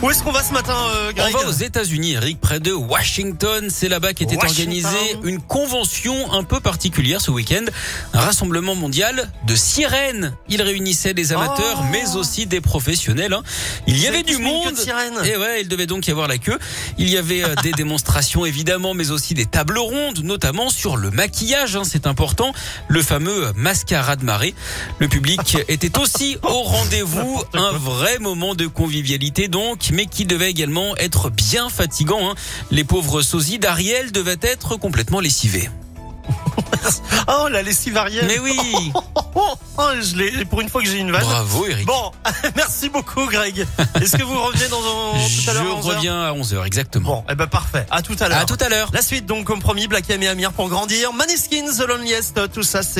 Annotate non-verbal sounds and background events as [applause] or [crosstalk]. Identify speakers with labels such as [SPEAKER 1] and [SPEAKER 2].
[SPEAKER 1] Où est-ce qu'on va ce matin, euh,
[SPEAKER 2] On
[SPEAKER 1] Greg
[SPEAKER 2] va aux États-Unis, Eric, près de Washington. C'est là-bas qu'était
[SPEAKER 1] Washington.
[SPEAKER 2] organisée une convention un peu particulière ce week-end. Un rassemblement mondial de sirènes. Il réunissait des amateurs,
[SPEAKER 1] Oh.
[SPEAKER 2] mais aussi des professionnels. hein. Il y
[SPEAKER 1] Vous
[SPEAKER 2] avait
[SPEAKER 1] avez
[SPEAKER 2] du
[SPEAKER 1] tous mis une queue
[SPEAKER 2] monde.
[SPEAKER 1] de sirène.
[SPEAKER 2] Et ouais, il devait donc y avoir la queue. Il y avait euh, des [laughs] démonstrations évidemment, mais aussi des tables rondes, notamment sur le maquillage, hein, c'est important, le fameux mascara de marée.
[SPEAKER 1] [laughs]
[SPEAKER 2] Le public était aussi au rendez-vous, un vrai moment de convivialité donc, mais qui devait également être bien fatigant. hein. Les pauvres sosies d'Ariel devaient être complètement lessivés.
[SPEAKER 1] Oh, la lessive Ariel. [laughs]
[SPEAKER 2] Mais oui,
[SPEAKER 1] Oh, oh, oh, je l'ai, pour une fois que j'ai une vanne.
[SPEAKER 2] bravo Eric.
[SPEAKER 1] Bon, [laughs] merci beaucoup, Greg. Est-ce que vous revenez dans un, tout à l'heure à
[SPEAKER 2] Je
[SPEAKER 1] 11 heures
[SPEAKER 2] reviens à 11h exactement.
[SPEAKER 1] Bon, eh ben parfait. À tout à l'heure.
[SPEAKER 2] À tout à l'heure.
[SPEAKER 1] La suite, donc, comme promis, Black M et Amir pour grandir. Maneskin, The Loneliest, tout ça, c'est